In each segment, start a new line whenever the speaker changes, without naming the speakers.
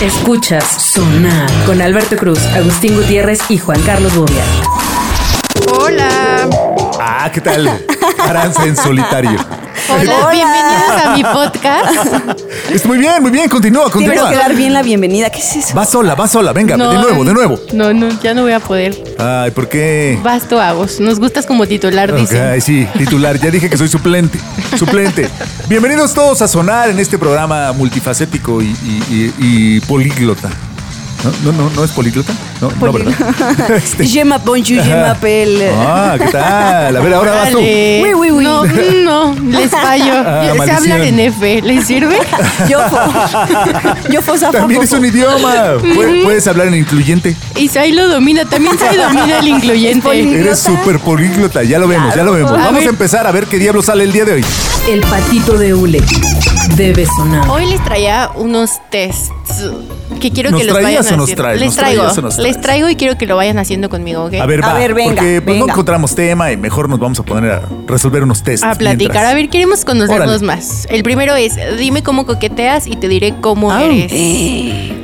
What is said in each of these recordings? Escuchas Sonar con Alberto Cruz, Agustín Gutiérrez y Juan Carlos Bobia.
Hola.
Ah, ¿qué tal? Aranza en solitario.
Hola, bienvenidos a mi podcast.
Es muy bien, muy bien. Continúa,
Tienes que
continúa.
dar bien la bienvenida. ¿Qué es eso?
Va sola, va sola. Venga,
No,
de nuevo, de nuevo.
No, no, ya no voy a poder.
Ay, ¿por qué?
Basto Agos. Nos gustas como titular, dicen.
Ay, sí, titular. Ya dije que soy suplente. Suplente. Bienvenidos todos a Sonar en este programa multifacético y, y- y- y políglota. No, no, no, ¿no es políglota. No, no, ¿verdad? Este-
Je m'appelle, je m'appelle.
Ah, ¿qué tal? A ver, ahora vas tú.
Dale.
Uy, uy, uy.
No, mm, no, les fallo.
Ah,
Yo- Se
maldición.
hablan en F. ¿Les sirve?
Yo, fo- yo fosa
También es un idioma. Pue- Puedes hablar en incluyente.
Y Sai lo domina. También Sai domina el incluyente.
Eres súper políglota. Ya lo vemos, ya lo vemos.
A
Vamos
ver.
a empezar a ver qué diablo sale el día de hoy.
El patito de hule debe sonar.
Hoy les traía unos tests que quiero
¿Nos
que los
traías
vayan
o nos
haciendo.
traes?
Les
¿Nos
traigo.
traías o nos traes?
Les traigo y quiero que lo vayan haciendo conmigo, ¿ok?
A ver,
A
va,
ver, venga,
porque pues, no
venga.
encontramos tema y mejor nos vamos a poner a resolver unos test.
A platicar, a ver, queremos conocernos
Órale.
más. El primero es, dime cómo coqueteas y te diré cómo
Ah,
eres.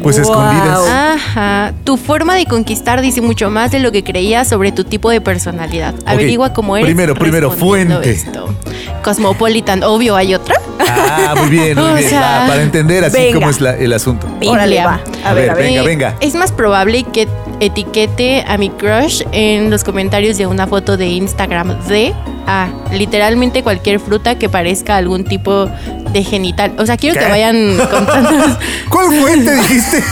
Pues escondidas.
Ajá. Tu forma de conquistar dice mucho más de lo que creías sobre tu tipo de personalidad. Averigua cómo eres.
Primero, primero,
respondiendo
fuente.
esto. Cosmopolitan, obvio, hay otra.
Ah, muy bien, muy
O
bien.
sea,
Va, para entender así
venga.
cómo es la- el asunto.
Órale,
Biblia.
va. A ver, a ver.
Venga,
Eh,
venga.
Es más probable que etiquete a mi crush en los comentarios de una foto de Instagram de a literalmente cualquier fruta que parezca algún tipo de genital. O sea, quiero
¿Qué?
que vayan contando.
¿Cuál fuente dijiste?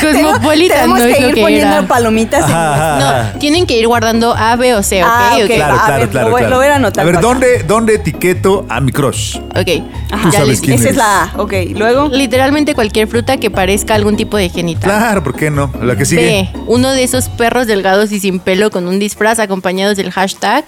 Cosmopolitan
Tenemos
no es
que
lo
ir
que
poniendo
era.
palomitas. en-
Ah,
No, tienen que ir guardando A, B o C, ¿ok?
Ah,
ok.
ok.
Claro,
a
claro,
ver,
claro.
lo voy-
claro.
lo voy a anotar
A ver,
por acá.
¿dónde, ¿dónde etiqueto a mi crush?
Ok.
Tú
Ya
sabes
les-
quién
Esa
eres.
es la. Ok, luego.
Literalmente cualquier fruta que parezca algún tipo de genital.
Claro, ¿por qué no? La que
B.
sigue.
Uno de esos perros delgados y sin pelo con un disfraz acompañados del hashtag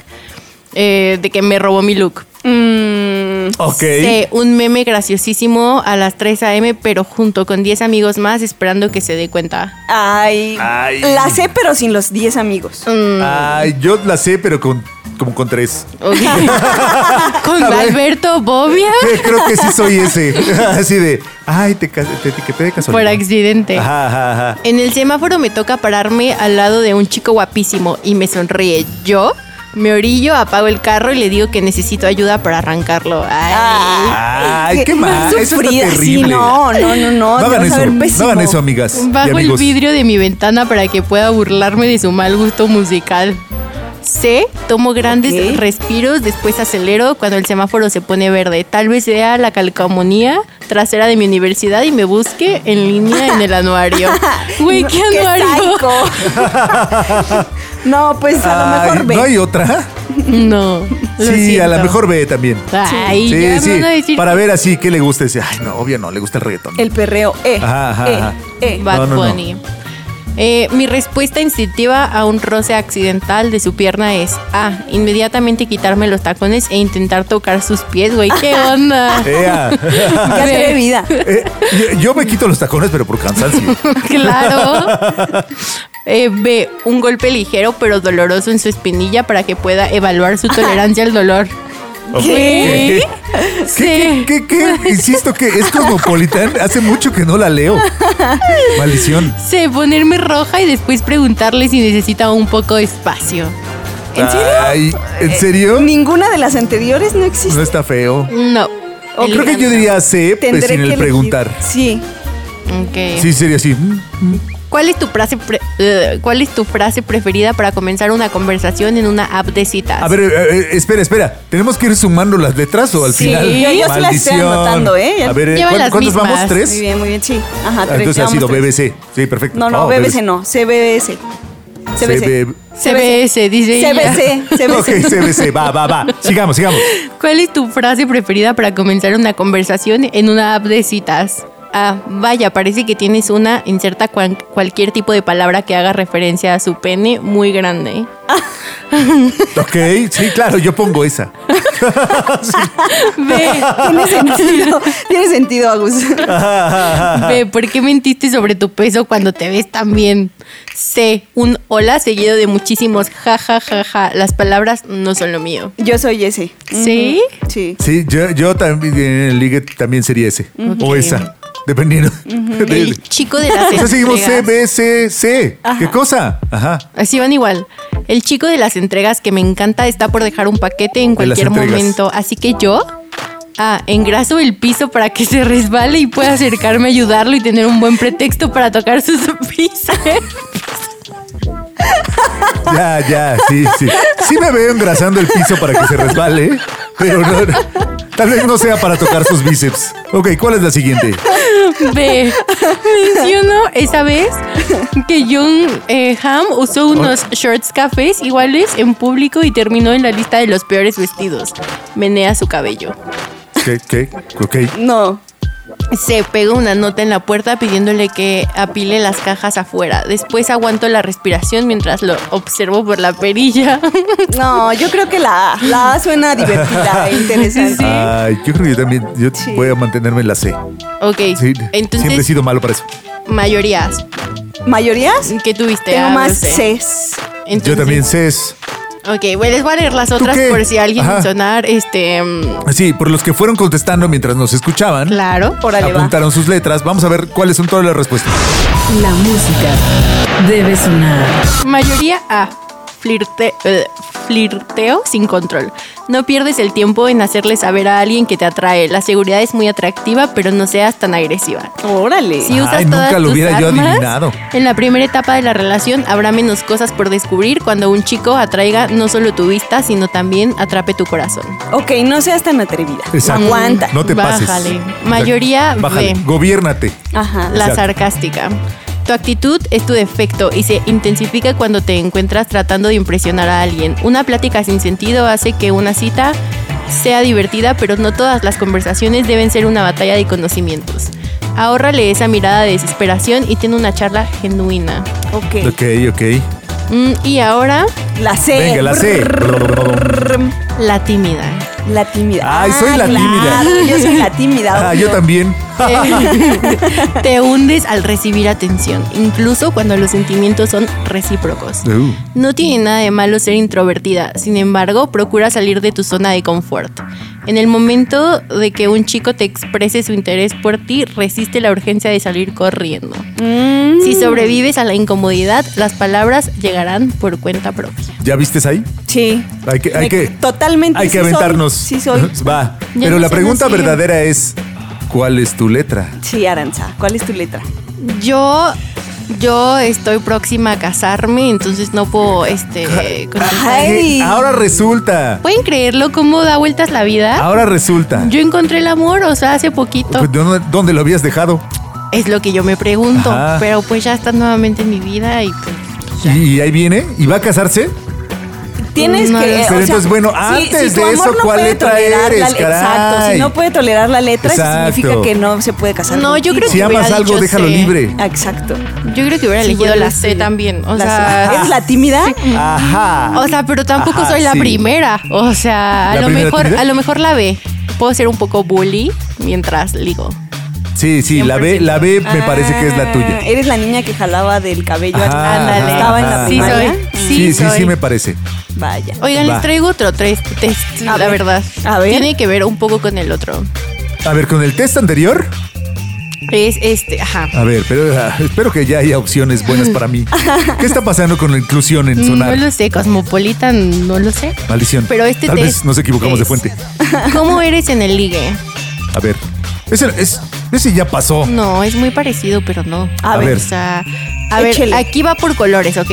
eh, de que me robó mi look.
Mm,
Ok.
C. Un meme graciosísimo a las 3 a.m. pero junto con 10 amigos más esperando que se dé cuenta.
ay,
Ay.
La sé, pero sin los 10 amigos.
Ay, yo la sé, pero con, como con tres.
Ok. con Alberto Bobia
Sí, creo que sí soy ese. Así de, ay, te, ca- te etiqueté de casualidad.
por accidente.
Ajá, ajá, ajá.
En el semáforo me toca pararme al lado de un chico guapísimo y me sonríe. Yo me orillo, apago el carro y le digo que necesito ayuda para arrancarlo.
Ah.
Ay.
Ay, qué mal.
más
Eso está
sufrida. Sí,
terrible.
no, no, no, no.
No
te
hagan
vas a
eso,
ver
no
pésimo.
hagan eso, amigas. y
Bajo el
amigos.
vidrio de mi ventana para que pueda burlarme de su mal gusto musical. C. Tomo grandes
Ok.
respiros, después acelero cuando el semáforo se pone verde. Tal vez sea la calcomanía trasera de mi universidad y me busque en línea en el anuario. Güey, ¿qué
Qué
anuario?
psycho. no, pues a
Ay,
lo mejor ve.
¿No hay otra?
No. lo
sí, a lo
siento.
mejor ve también.
Ay,
sí,
ya me
sí.
van a decir
Para ver así qué le gusta. Dice, ay, no, obvio no, le gusta el reggaetón.
El perreo. Eh,
Ajá, ajá,
eh,
ajá.
eh.
Bad
No, no, no.
Bunny. Eh, mi respuesta instintiva a un roce accidental de su pierna es A. Inmediatamente quitarme los tacones e intentar tocar sus pies, güey. ¿Qué onda?
Ea.
Ya
Ve.
te vida.
Eh, yo, yo me quito los tacones, pero por cansancio.
claro. Eh, B. Un golpe ligero pero doloroso en su espinilla para que pueda evaluar su tolerancia al dolor.
Ok.
¿Qué?
¿Qué,
C.
qué, qué? Insisto que es cosmopolitan. Hace mucho que no la leo. Maldición.
C. Ponerme roja y después preguntarle si necesita un poco de espacio.
¿En serio? Eh,
Ay, ¿En serio?
Ninguna de las anteriores no existe.
No está feo.
No.
O
Oh, Creo que yo diría C, pues, sin
Tendré que
el
elegir.
preguntar.
Sí.
Ok.
Sí, sería así. mm, mm.
¿Cuál es tu frase pre- eh, cuál es tu frase preferida para comenzar una conversación en una app de citas?
A ver, eh, eh, espera, espera. ¿Tenemos que ir sumando las letras o al
Sí,
final?
yo- yo
sí las estoy
Maldición.
anotando, ¿eh? Ya-
A ver, eh,
Lleva
¿cuán-
las
¿cuántos vamos?
mismas.
¿Tres?
Muy bien, muy bien, sí. Ajá,
Ah,
tres,
Entonces ha
llevamos
sido
tres.
BBC. Sí, perfecto.
No, no,
Oh,
BBC no, CBS. CBC.
CBS, dice ella.
CBC,
Ok,
CBC.
CBC. Va, va, va. Sigamos, sigamos.
¿Cuál es tu frase preferida para comenzar una conversación en una app de citas? Ah, vaya, parece que tienes una, inserta cuan- cualquier tipo de palabra que haga referencia a su pene muy grande.
Ok, sí, claro, yo pongo esa.
Ve,
Tiene sentido, tiene sentido, Agus.
ve, ¿por qué mentiste sobre tu peso cuando te ves tan bien? C, un hola seguido de muchísimos ja, ja, ja, ja. Las palabras no son lo mío.
Yo soy ese.
¿Sí?
Sí.
Sí, yo, yo también en el ligue también sería ese. O
Ok.
esa. Dependiendo. De-
El chico de las
o sea, seguimos C,
entregas.
B, C, C. ¿Qué
Ajá.
cosa? Ajá.
Así van igual. El chico de las entregas que me encanta está por dejar un paquete en
De las
cualquier
entregas.
momento. Así que yo. Ah, engraso el piso para que se resbale y pueda acercarme a ayudarlo y tener un buen pretexto para tocar sus pies.
Ya, ya, sí, sí. Sí me veo engrasando el piso para que se resbale, pero no, no. tal vez no sea para tocar sus bíceps. Ok, ¿cuál es la siguiente?
B. Menciono esa vez que John eh, Ham usó unos shorts cafés iguales en público y terminó en la lista de los peores vestidos. Menea su cabello.
¿Qué, qué? Ok.
No.
Se pegó una nota en la puerta pidiéndole que apile las cajas afuera. Después aguanto la respiración mientras lo observo por la perilla.
No, yo creo que la A. La A suena divertida e interesante.
Ay, yo creo que yo también, yo
Sí.
voy a mantenerme en la C.
ok,
Sí, siempre he
entonces,
sido malo para eso.
mayorías.
¿Mayorías?
¿Qué tuviste?
Tengo
A, B,
más
C?
Cs.
yo
Entonces-
también C es.
Ok, bueno, les voy a leer las
¿Tú
otras
qué?
por si alguien
Ajá.
sonar, este... mm,
Sí, por los que fueron contestando mientras nos escuchaban,
Claro.
Órale, va.
apuntaron sus letras. Vamos a ver cuáles son todas las respuestas.
La música debe sonar.
Mayoría A. Flirte- eh, flirteo sin control. No pierdes el tiempo en hacerle saber a alguien que te atrae. La seguridad es muy atractiva, pero no seas tan agresiva.
Órale.
Si usas
Ay, nunca
todas
lo
tus
hubiera yo
armas,
adivinado.
En la primera etapa de la relación habrá menos cosas por descubrir cuando un chico atraiga no solo tu vista, sino también atrape tu corazón.
Ok, no seas tan atrevida.
Exacto.
Aguanta.
No te pases.
Bájale.
Exacto.
Mayoría
Bájale.
B.
Gobiérnate.
Ajá.
La
Exacto.
sarcástica. Tu actitud es tu defecto y se intensifica cuando te encuentras tratando de impresionar a alguien. Una plática sin sentido hace que una cita sea divertida, pero no todas las conversaciones deben ser una batalla de conocimientos. Ahórrale esa mirada de desesperación y ten una charla genuina.
Ok.
Ok, ok.
Mm, y ahora,
La C.
Venga, la
Eh,
C.
la tímida.
La tímida. Ah,
Ay, soy la
claro,
tímida.
Yo soy la tímida.
Ah, yo
obvio.
también.
Te- te hundes al recibir atención, incluso cuando los sentimientos son recíprocos.
Uh.
No tiene nada de malo ser introvertida, sin embargo, procura salir de tu zona de confort. En el momento de que un chico te exprese su interés por ti, resiste la urgencia de salir corriendo.
Mm.
Si sobrevives a la incomodidad, las palabras llegarán por cuenta propia.
¿Ya vistes ahí?
Sí.
Hay que, hay
Me-
que,
Totalmente.
hay que
sí soy.
aventarnos.
Sí, soy.
Va.
Ya
Pero
no
la
sé
pregunta
decir.
verdadera es: ¿cuál es tu letra?
Sí, Aranza. ¿Cuál es tu letra?
Yo, yo estoy próxima a casarme, entonces no puedo, este, contestar.
Ay.
Eh, Ahora resulta.
¿Pueden creerlo cómo da vueltas la vida?
Ahora resulta.
¿Ah? Yo encontré el amor, o sea, hace poquito.
Pues, ¿Dónde, dónde lo habías dejado?
Es lo que yo me pregunto.
Ajá.
Pero pues ya está nuevamente en mi vida y pues.
Y, y ahí viene. ¿Y va a casarse?
Tienes
No,
que.
no sé.
o
Pero
sea,
entonces, bueno,
si-
antes
si tu
de eso,
amor no
¿cuál
puede
letra
tolerar la
eres?
le- Exacto.
Caray.
Si no puede tolerar la letra, eso
Exacto.
significa que no se puede casar.
No, yo
contigo.
creo
Si
que hubiera
amas algo,
dicho
déjalo
C.
libre.
Exacto.
Yo creo que hubiera
Sí,
elegido
bueno,
la C
sí.
también. O
La
sea.
C. ¿Eres la tímida?
Ajá.
O sea, pero tampoco
Ajá,
soy la
sí.
primera. O sea, a
¿La
lo
primera
mejor,
tímida?
a lo mejor la B. Puedo ser un poco bully mientras ligo.
Sí, sí, la B, la B me parece que es la tuya.
Ah, Eres la niña que jalaba del cabello.
Ajá,
a-
ándale.
Estaba en la
ajá.
Sí,
primaria.
soy.
Sí, sí, sí,
soy.
me parece.
Vaya.
Oigan,
Va.
les traigo otro tres test, la
A ver.
verdad.
A ver.
Tiene que ver un poco con el otro.
A ver, con el test anterior.
Es este, ajá.
A ver, pero ah, espero que ya haya opciones buenas para mí. ¿Qué está pasando con la inclusión en
No
sonar?
lo sé, Cosmopolitan, no lo sé.
Maldición.
Mm, Pero este
Tal
test
vez nos equivocamos de
es-
fuente.
¿Cómo eres en el ligue?
A ver. Ese, es- ese ya pasó.
No, es muy parecido, pero no.
A
A ver. ver.
O sea, a ver,
Échele.
aquí va por colores, ¿ok?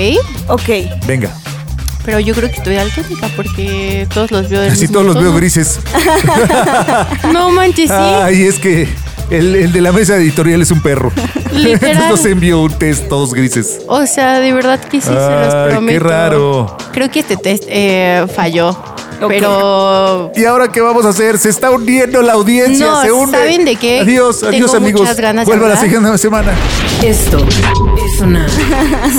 Ok.
Venga.
Pero yo creo que estoy altónica porque todos los veo del
Así
mismo
todos los veo
tono.
grises.
No manches, sí.
Ay, es que el, el de la mesa editorial es un perro.
Literal.
Nos envió un test todos grises.
O sea, de verdad que sí, se
Ay,
los
qué
prometo.
raro.
Creo que este test eh, falló.
Ok.
Pero
¿Y ahora qué vamos a hacer? Se está hundiendo la audiencia.
No,
se hunde.
¿saben de qué?
Adiós,
Tengo
adiós, amigos.
muchas ganas de
Vuelva la
hablar.
siguiente semana.
Esto es sonar.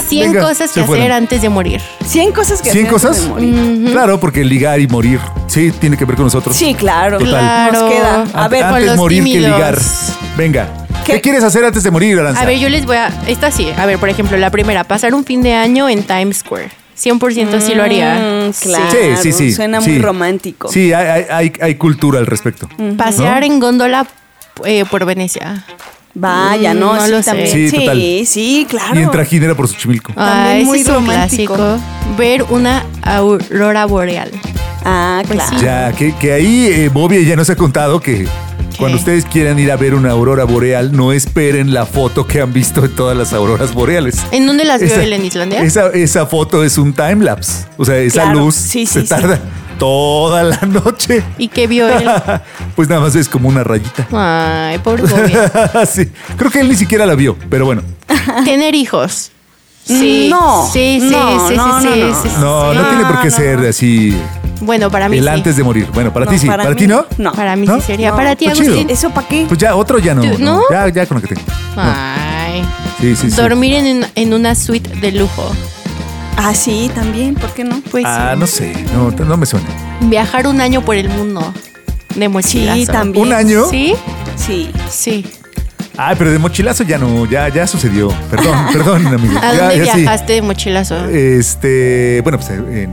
100
Venga,
cosas
se
que hacer
fueron.
antes de morir.
100 cosas que
¿Cien
hacían antes de
cosas?
morir.
Claro, porque ligar y morir. Sí, tiene que ver con nosotros.
Sí, claro.
Mm. Total.
Claro.
Nos queda. A
Ant-
ver,
con
antes
los
morir que
tímidos.
ligar. Venga. ¿Qué?
¿Qué?
quieres hacer antes de morir, Aranza?
A ver, yo les voy a. Esta sí. A ver, por ejemplo, la primera, pasar un fin de año en Times Square. 100% sí lo haría.
Mm, claro.
sí, sí, sí.
Suena
sí.
muy romántico. Mm.
Sí, hay, hay- hay- hay cultura al respecto.
Pasear en góndola eh, por Venecia.
Vaya, no,
No
sí,
lo sé.
también.
Sí, total.
sí, sí, claro.
Y en trajinera por Xochimilco.
Ah,
También
ese
muy
es un
romántico.
clásico. Ver una aurora boreal.
Ah,
Pues
claro.
sí.
Ya, que, que ahí eh, Bobby ya nos ha contado que cuando ustedes quieran ir a ver una aurora boreal, no esperen la foto que han visto de todas las auroras boreales.
¿En dónde las vio
Esa-
él en Islandia?
Esa, esa foto es un timelapse. O sea, esa
Claro,
luz
sí,
se
sí, sí.
tarda toda la noche.
¿Y qué vio él?
pues nada más es como una rayita.
Ay, pobre Bobby.
Sí, Creo que él ni siquiera la vio, pero bueno.
Tener hijos. Sí,
No,
sí, sí,
no,
sí, sí,
no, no,
sí,
no.
sí, sí,
No,
sí.
no tiene por qué ser así
Bueno, para mí
el
sí.
antes de morir. Bueno, para ti sí. ¿Para,
mí,
ti no?
No.
Para mí
¿No?
sí sería.
No.
Para ti,
Pues chido.
Agustín.
¿Eso para qué?
Pues ya, otro ya no.
¿Tú no?
Ya, ya con lo que tengo. No.
Ay.
Sí, sí, sí.
Dormir en, en una suite de lujo.
Ah, sí, también, ¿por qué no?
Pues
Ah, no sé. No, no me suena.
viajar un año por el mundo. De
Sí,
mochilazo.
también.
¿Un año?
¿Sí?
Sí.
Sí.
Ay, pero de mochilazo ya no. Ya, ya sucedió. Perdón, perdón, amigo.
¿A
Ya-
dónde
ya sí. Eh,
viajaste de mochilazo?
Este, bueno, pues en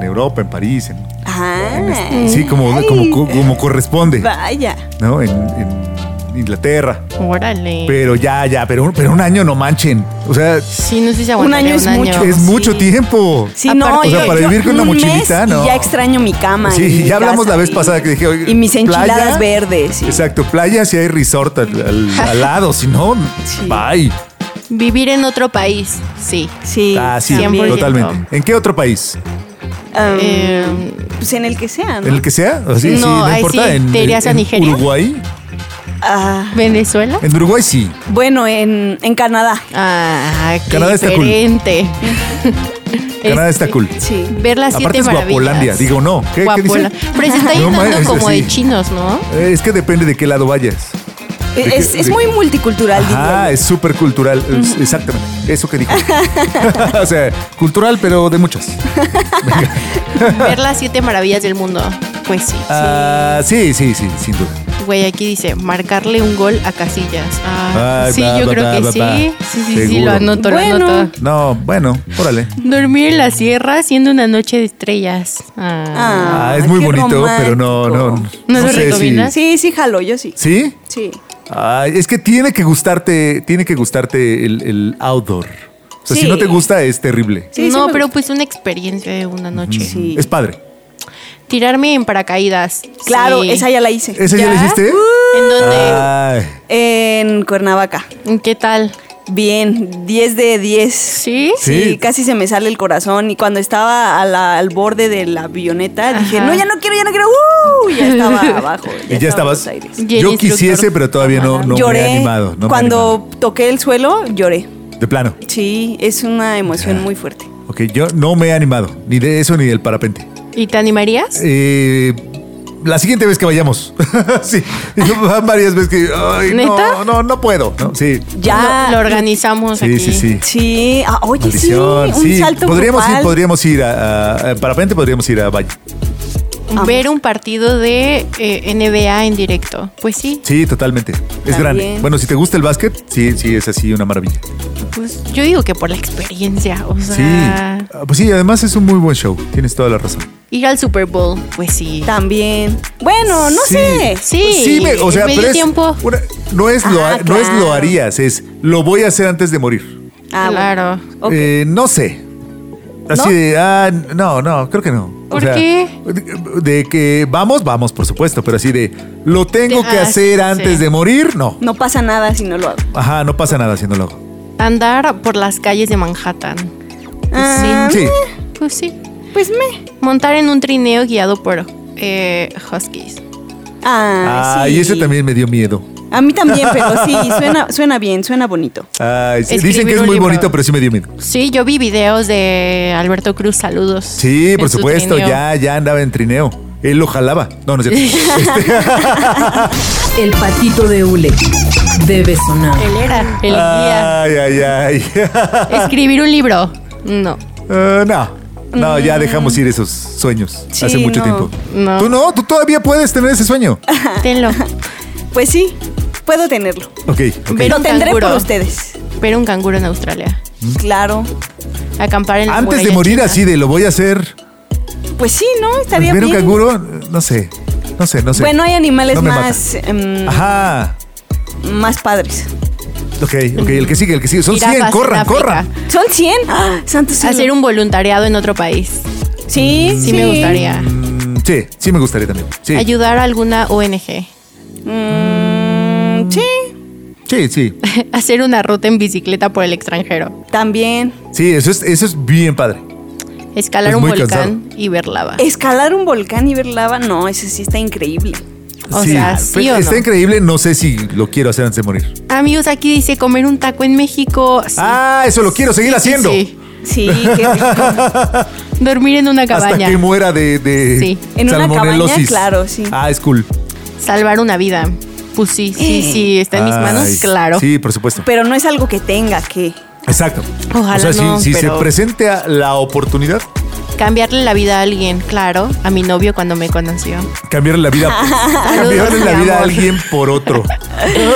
Europa, en París, en-
Ah,
en este- sí, como,
ay,
como, co- como corresponde,
Vaya.
¿no? En, en Inglaterra.
Órale.
Pero ya, ya, pero, un- pero un año no manchen. O sea,
sí, no sé si
Un
aguantaría
año es
un año.
mucho.
es
sí.
mucho tiempo.
Sí,
Aparte-
no,
O sea,
para vivir con una
un mes
mochilita,
y
no.
ya extraño mi cama. y
Sí,
mi
ya hablamos
casa
la vez
y-
pasada que dije, oye,
Y mis
playa.
enchiladas verdes. sí.
Exacto, playa si hay resort al, al- al lado, si no,
Sí.
bye.
Vivir en otro país. Sí.
Sí.
Ah, sí,
también.
totalmente. ¿En qué otro país?
Um,
Eh,
pues en el que sea, ¿no?
¿En el que sea? O sea, sí,
No,
sí, no
ahí
importa.
sí,
¿En,
¿te irías a
en
Nigeria?
Uruguay?
Ah,
¿Venezuela?
En Uruguay sí.
bueno, en, en Canadá.
Ah, qué
Canadá está cool.
diferente.
Canadá
Este,
está cool.
Sí.
Ver las siete
Aparte es
maravillas.
Guapolandia, digo, no. ¿Qué, qué dice?
Guapola- Pero se está
No,
llenando
mames,
como
sí.
de chinos, ¿no?
Eh, Es que depende de qué lado vayas. ¿De
Es,
qué-
es
de-
muy multicultural,
Ajá,
diría yo.
es súper cultural. es- Exactamente. Eso que dijo. o sea, cultural, pero de muchas.
Ver las siete maravillas del mundo. Pues sí.
Ah, sí, sí, sí, sin duda.
Güey, aquí dice, marcarle un gol a Casillas. Ah,
Ay,
sí,
va,
yo
va,
creo
va,
que
va,
sí.
va.
Sí, sí, sí,
Seguro.
lo anoto,
Bueno.
lo anoto.
No, bueno, órale.
Dormir en la sierra siendo una noche de estrellas. Ah.
Ah, es muy
qué
bonito, pero no, no.
romántico.
¿No lo
sé si.
recomiendas?
Sí, sí, jalo, yo sí.
¿Sí?
Sí.
Ay, es que tiene que gustarte, tiene que gustarte el, el outdoor. O sea, si
Sí.
no te gusta, es terrible.
Sí, sí
no,
me
pero
gusta.
pues una experiencia de una noche.
Sí.
Es padre.
Tirarme en paracaídas.
Claro,
sí.
esa ya la hice.
¿Esa ya, la hiciste?
¿En dónde?
Ay.
En Cuernavaca.
¿Qué tal?
Bien, 10 de 10.
¿Sí?
Sí,
Sí.
casi se me sale el corazón. Y cuando estaba a la- al borde de la avioneta, dije,
Ajá.
no, ya no quiero, ya no quiero. ¡Uh! Ya estaba abajo.
Y ya
estaba en
estabas.
Buenos Aires.
Y el
Yo
instructor.
quisiese, pero todavía no, no me
lloré.
he animado. no me he
cuando toqué el suelo, lloré.
animado. De plano.
Sí, es una emoción muy fuerte.
Ok, yo no me he animado. Ni de eso ni del parapente.
¿Y te animarías?
Eh, la siguiente vez que vayamos. sí. Y Van varias veces que. Ay,
¿Neta?
no, no, no puedo. ¿no? Sí.
Ya.
Lo, lo organizamos
Sí,
aquí.
sí, sí.
Sí, ah, oye,
Maldición,
sí, un salto
podríamos ir,
grupal.
podríamos ir a, a- a parapente, podríamos ir a Valle.
Ver un partido de eh, NBA en directo. Pues sí.
Sí, totalmente. Es
También.
grande. Bueno, si te gusta el básquet, sí, sí, es así una maravilla.
Pues yo digo que por la experiencia. O
Sí.
sea,
Ah, Pues sí, además es un muy buen show. Tienes toda la razón.
ir al Super Bowl. Pues sí.
También. Bueno, no
Sí.
sé.
Sí.
Pues sí, me- o sea,
medio
pero es
tiempo.
una- no, es lo,
Ah,
no es lo
claro.
harías, es lo voy a hacer antes de morir.
Ah, bueno.
claro.
Ok.
Eh, no sé. Así
¿No?
de, ah, no, no, creo que no. O
¿Por
sea,
qué?
De, de que vamos, vamos, por supuesto, pero así de, lo tengo
Te-
que
ah,
hacer
sí,
antes
sí.
de morir, no.
No pasa nada si no lo hago.
Ajá, no pasa nada haciéndolo.
Andar por las calles de Manhattan.
Ah,
Sí.
Pues sí.
Pues me.
Montar en un trineo guiado por eh, huskies.
Ah,
Ay,
sí.
ese también me dio miedo.
A mí también, pero sí, suena, suena bien, suena bonito.
Ay, sí,
Escribir
dicen que es
un
muy
libro.
bonito, pero sí me dio miedo.
Sí, yo vi videos de Alberto Cruz, saludos.
Sí,
en
por
su
supuesto,
trineo.
ya, ya andaba en trineo. Él lo jalaba. No, no es cierto. Este,
El patito de hule debe sonar.
Él era el guía.
ay, ay, ay.
Escribir un libro. No.
Eh, no. No, ya dejamos ir esos sueños
Sí,
hace mucho
no.
tiempo.
Mm. No.
Tú no, tú todavía puedes tener ese sueño.
Tenlo.
Pues sí, puedo tenerlo.
Ok, ok.
Ver
Lo
un
tendré
canguro.
por ustedes.
Ver un canguro en Australia.
¿Mm?
Claro.
Acampar en las
Antes de
murallas
morir
chinas.
así de lo voy a hacer.
Pues sí, ¿no? Estaría
¿Ver
bien.
un canguro? No sé. No sé, no sé.
Bueno, hay animales
No me
más. em,
Ajá.
más padres.
Ok, ok, el que sigue, el que sigue. Son
Ir a
100,
Sudáfrica.
corran, corran.
¿Son 100? ¡Ah! ¡Santo cielo!
Hacer un voluntariado en otro país.
Sí,
Sí, me gustaría.
Mm, sí, sí me gustaría también. Sí,
Ayudar a alguna ONG.
Mm, sí,
sí, sí.
Hacer una ruta en bicicleta por el extranjero.
también.
Sí, eso es, eso es bien padre.
Escalar
Es
un
muy
volcán
cansado.
y ver lava.
Escalar un volcán y ver lava, no, ese sí está increíble.
O sea, ¿sí
pero
o no?
Está increíble, no sé si lo quiero hacer antes de morir.
Amigos, aquí dice comer un taco en México. Sí,
Ah, eso lo quiero seguir
sí,
haciendo.
sí.
Sí, qué rico.
Dormir en una
Hasta
cabaña.
que muera de, de
Sí.
En una cabaña,
salmonelosis.
claro, sí.
Ah, es cool.
Salvar una vida. Pues sí, sí, sí. Está en mis manos,
Ay,
claro.
Sí, por supuesto.
Pero no es algo que tenga que.
Exacto.
Ojalá
o sea, si-
no,
si,
pero-
se presenta la oportunidad,
Cambiarle la vida a alguien, claro. A mi novio cuando me conoció.
cambiarle la vida, cambiarle la
mi
vida a
amor.
alguien por otro.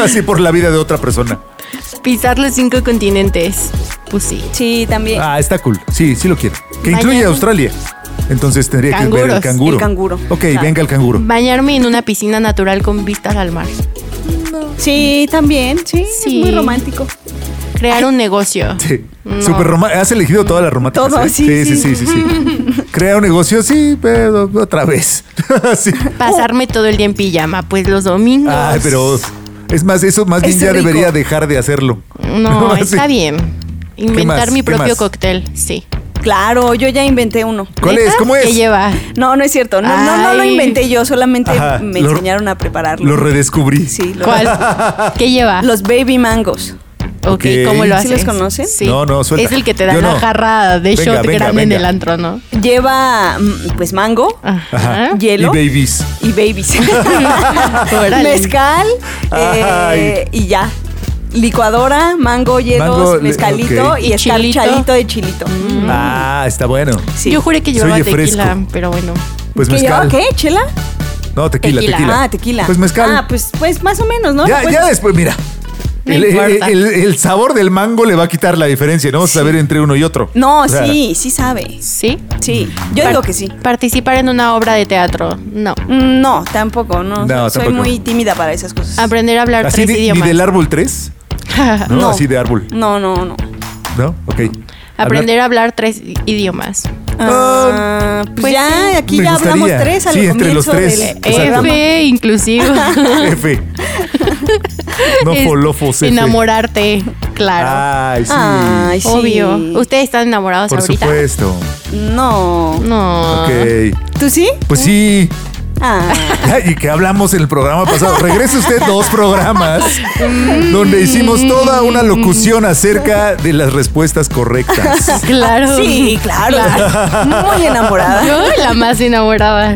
Así por la vida de otra persona.
Pisar los cinco continentes. Pues sí.
Sí, también.
Ah, está cool. Sí, sí lo quiero. Que
Mañana.
incluye a Australia. Entonces tendría que ver el
Canguros.
canguro.
El canguro.
Ok,
Claro.
venga el canguro.
Mm. Bañarme en una piscina natural con vistas al mar.
Sí, también, sí,
Sí.
Es muy romántico.
Crear un negocio.
Sí.
No.
Super roma- Has elegido todas las románticas.
Todo,
¿eh?
sí,
sí, sí,
sí.
sí, sí, sí. Crea un negocio, sí, pero otra vez. Sí.
Pasarme todo el día en pijama, pues los domingos.
Ay, pero es más, eso más bien
Es
ya
rico.
debería dejar de hacerlo.
No,
Sí.
está bien. Inventar
más?
mi
¿Qué
propio
más?
cóctel, sí.
Claro, yo ya inventé uno.
¿Cuál es?
¿Neta?
¿Cómo
¿Qué
es?
lleva?
No, no es cierto. No, no, no lo
Ay.
inventé yo, solamente
Ajá,
me
lo-
enseñaron a prepararlo.
Lo redescubrí.
Sí, lo-
¿Cuál? ¿Qué lleva?
los baby mangos.
ok, ¿cómo lo
¿Sí
haces?
los conocen?
Sí.
No, no, suelta.
Es el que te da
Yo
la
no.
jarra de
Venga,
shot
venga,
grande en
venga.
el antro, ¿no?
Lleva, mm, pues, mango
Ajá.
Ye- hielo.
Y babies.
y babies.
Órale.
Mezcal eh, y ya. Licuadora, mango, hielos,
Mango, le-
mezcalito
ok.
y estar
Chilito. Mm.
chalito de chilito.
Ah, está bueno.
Sí.
Yo juré que
Se
llevaba
oye
tequila,
fresco.
pero bueno.
Pues
¿Qué
mezcal.
lleva? ¿Qué? ¿Chela?
No, tequila, tequila,
Tequila.
Ah, tequila.
Pues mezcal.
Ah, pues, pues más o menos, ¿no?
ya,
Pues-
ya después, mira.
No
el, el-
importa.
el- el sabor del mango le va a quitar la diferencia, ¿no? Vamos a ver entre uno y otro.
No,
O sea,
sí, sí sabe.
¿Sí?
Sí, yo
Par-
digo que sí.
Participar en una obra de teatro, no.
Mm, No, tampoco, no.
No,
Soy
tampoco.
muy tímida para esas cosas.
Aprender a hablar
Así
tres
de- ni
idiomas.
del árbol 3, ¿no?
Ah, No.
Así de árbol,
No, no, no.
¿no? Ok.
Aprender a hablar tres i- idiomas.
Ah, pues,
pues
ya, aquí
Me
ya hablamos
gustaría.
tres al
Sí, entre los
comienzo
tres.
del eh,
Exacto.
programa.
F, inclusivo.
Hablar- F. no
Es-
folofos, F.
Enamorarte, claro.
Ay, sí.
Ay, sí.
Obvio. Ustedes están enamorados
Por
ahorita.
supuesto.
No.
No.
Ah.
Ok.
¿Tú sí?
Pues sí.
Ah.
Y que hablamos en el programa pasado. Regrese usted dos programas donde hicimos toda una locución acerca de las respuestas correctas.
Claro.
Sí, claro. Muy enamorada.
Yo la más enamorada.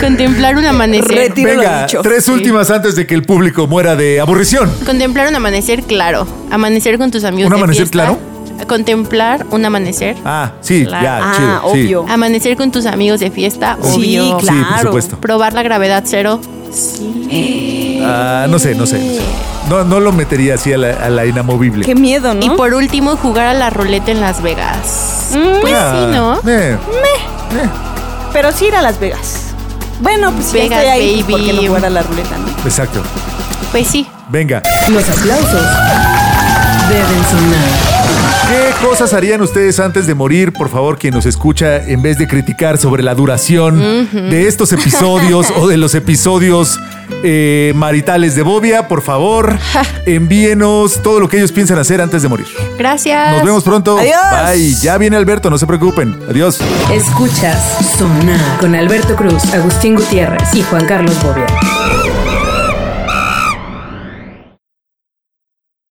Contemplar un amanecer.
Retiro lo
Venga,
dicho.
tres últimas antes de que el público muera de aburrición.
Contemplar un amanecer claro. Amanecer con tus amigos.
¿Un
de
amanecer
fiesta. Contemplar un amanecer.
Ah, sí,
Claro.
ya,
Ah,
chido. sí.
obvio.
Amanecer con tus amigos de fiesta.
Sí,
obvio.
claro.
Sí, por supuesto.
Probar la gravedad cero. Sí.
Ah, no sé, no sé. no sé. No, no lo metería así a la, a la inamovible.
Qué miedo, ¿no?
Y por último, jugar a la ruleta en Las Vegas.
Mm,
Pues
Ah,
sí, ¿no?
eh,
Pero sí ir a Las Vegas. Bueno, pues si ya
Vegas,
estoy ahí,
baby.
¿por qué no jugar a la ruleta, no?
exacto.
Pues sí.
Venga.
Los aplausos deben sonar.
¿Qué cosas harían ustedes antes de morir? Por favor, quien nos escucha, en vez de criticar sobre la duración de estos episodios o de los episodios eh, maritales de Bobia, por favor, envíenos todo lo que ellos piensan hacer antes de morir.
Gracias.
Nos vemos pronto.
Adiós.
Bye. Ya viene Alberto, no se preocupen. Adiós.
Escuchas Sonar con Alberto Cruz, Agustín Gutiérrez y Juan Carlos Bobia.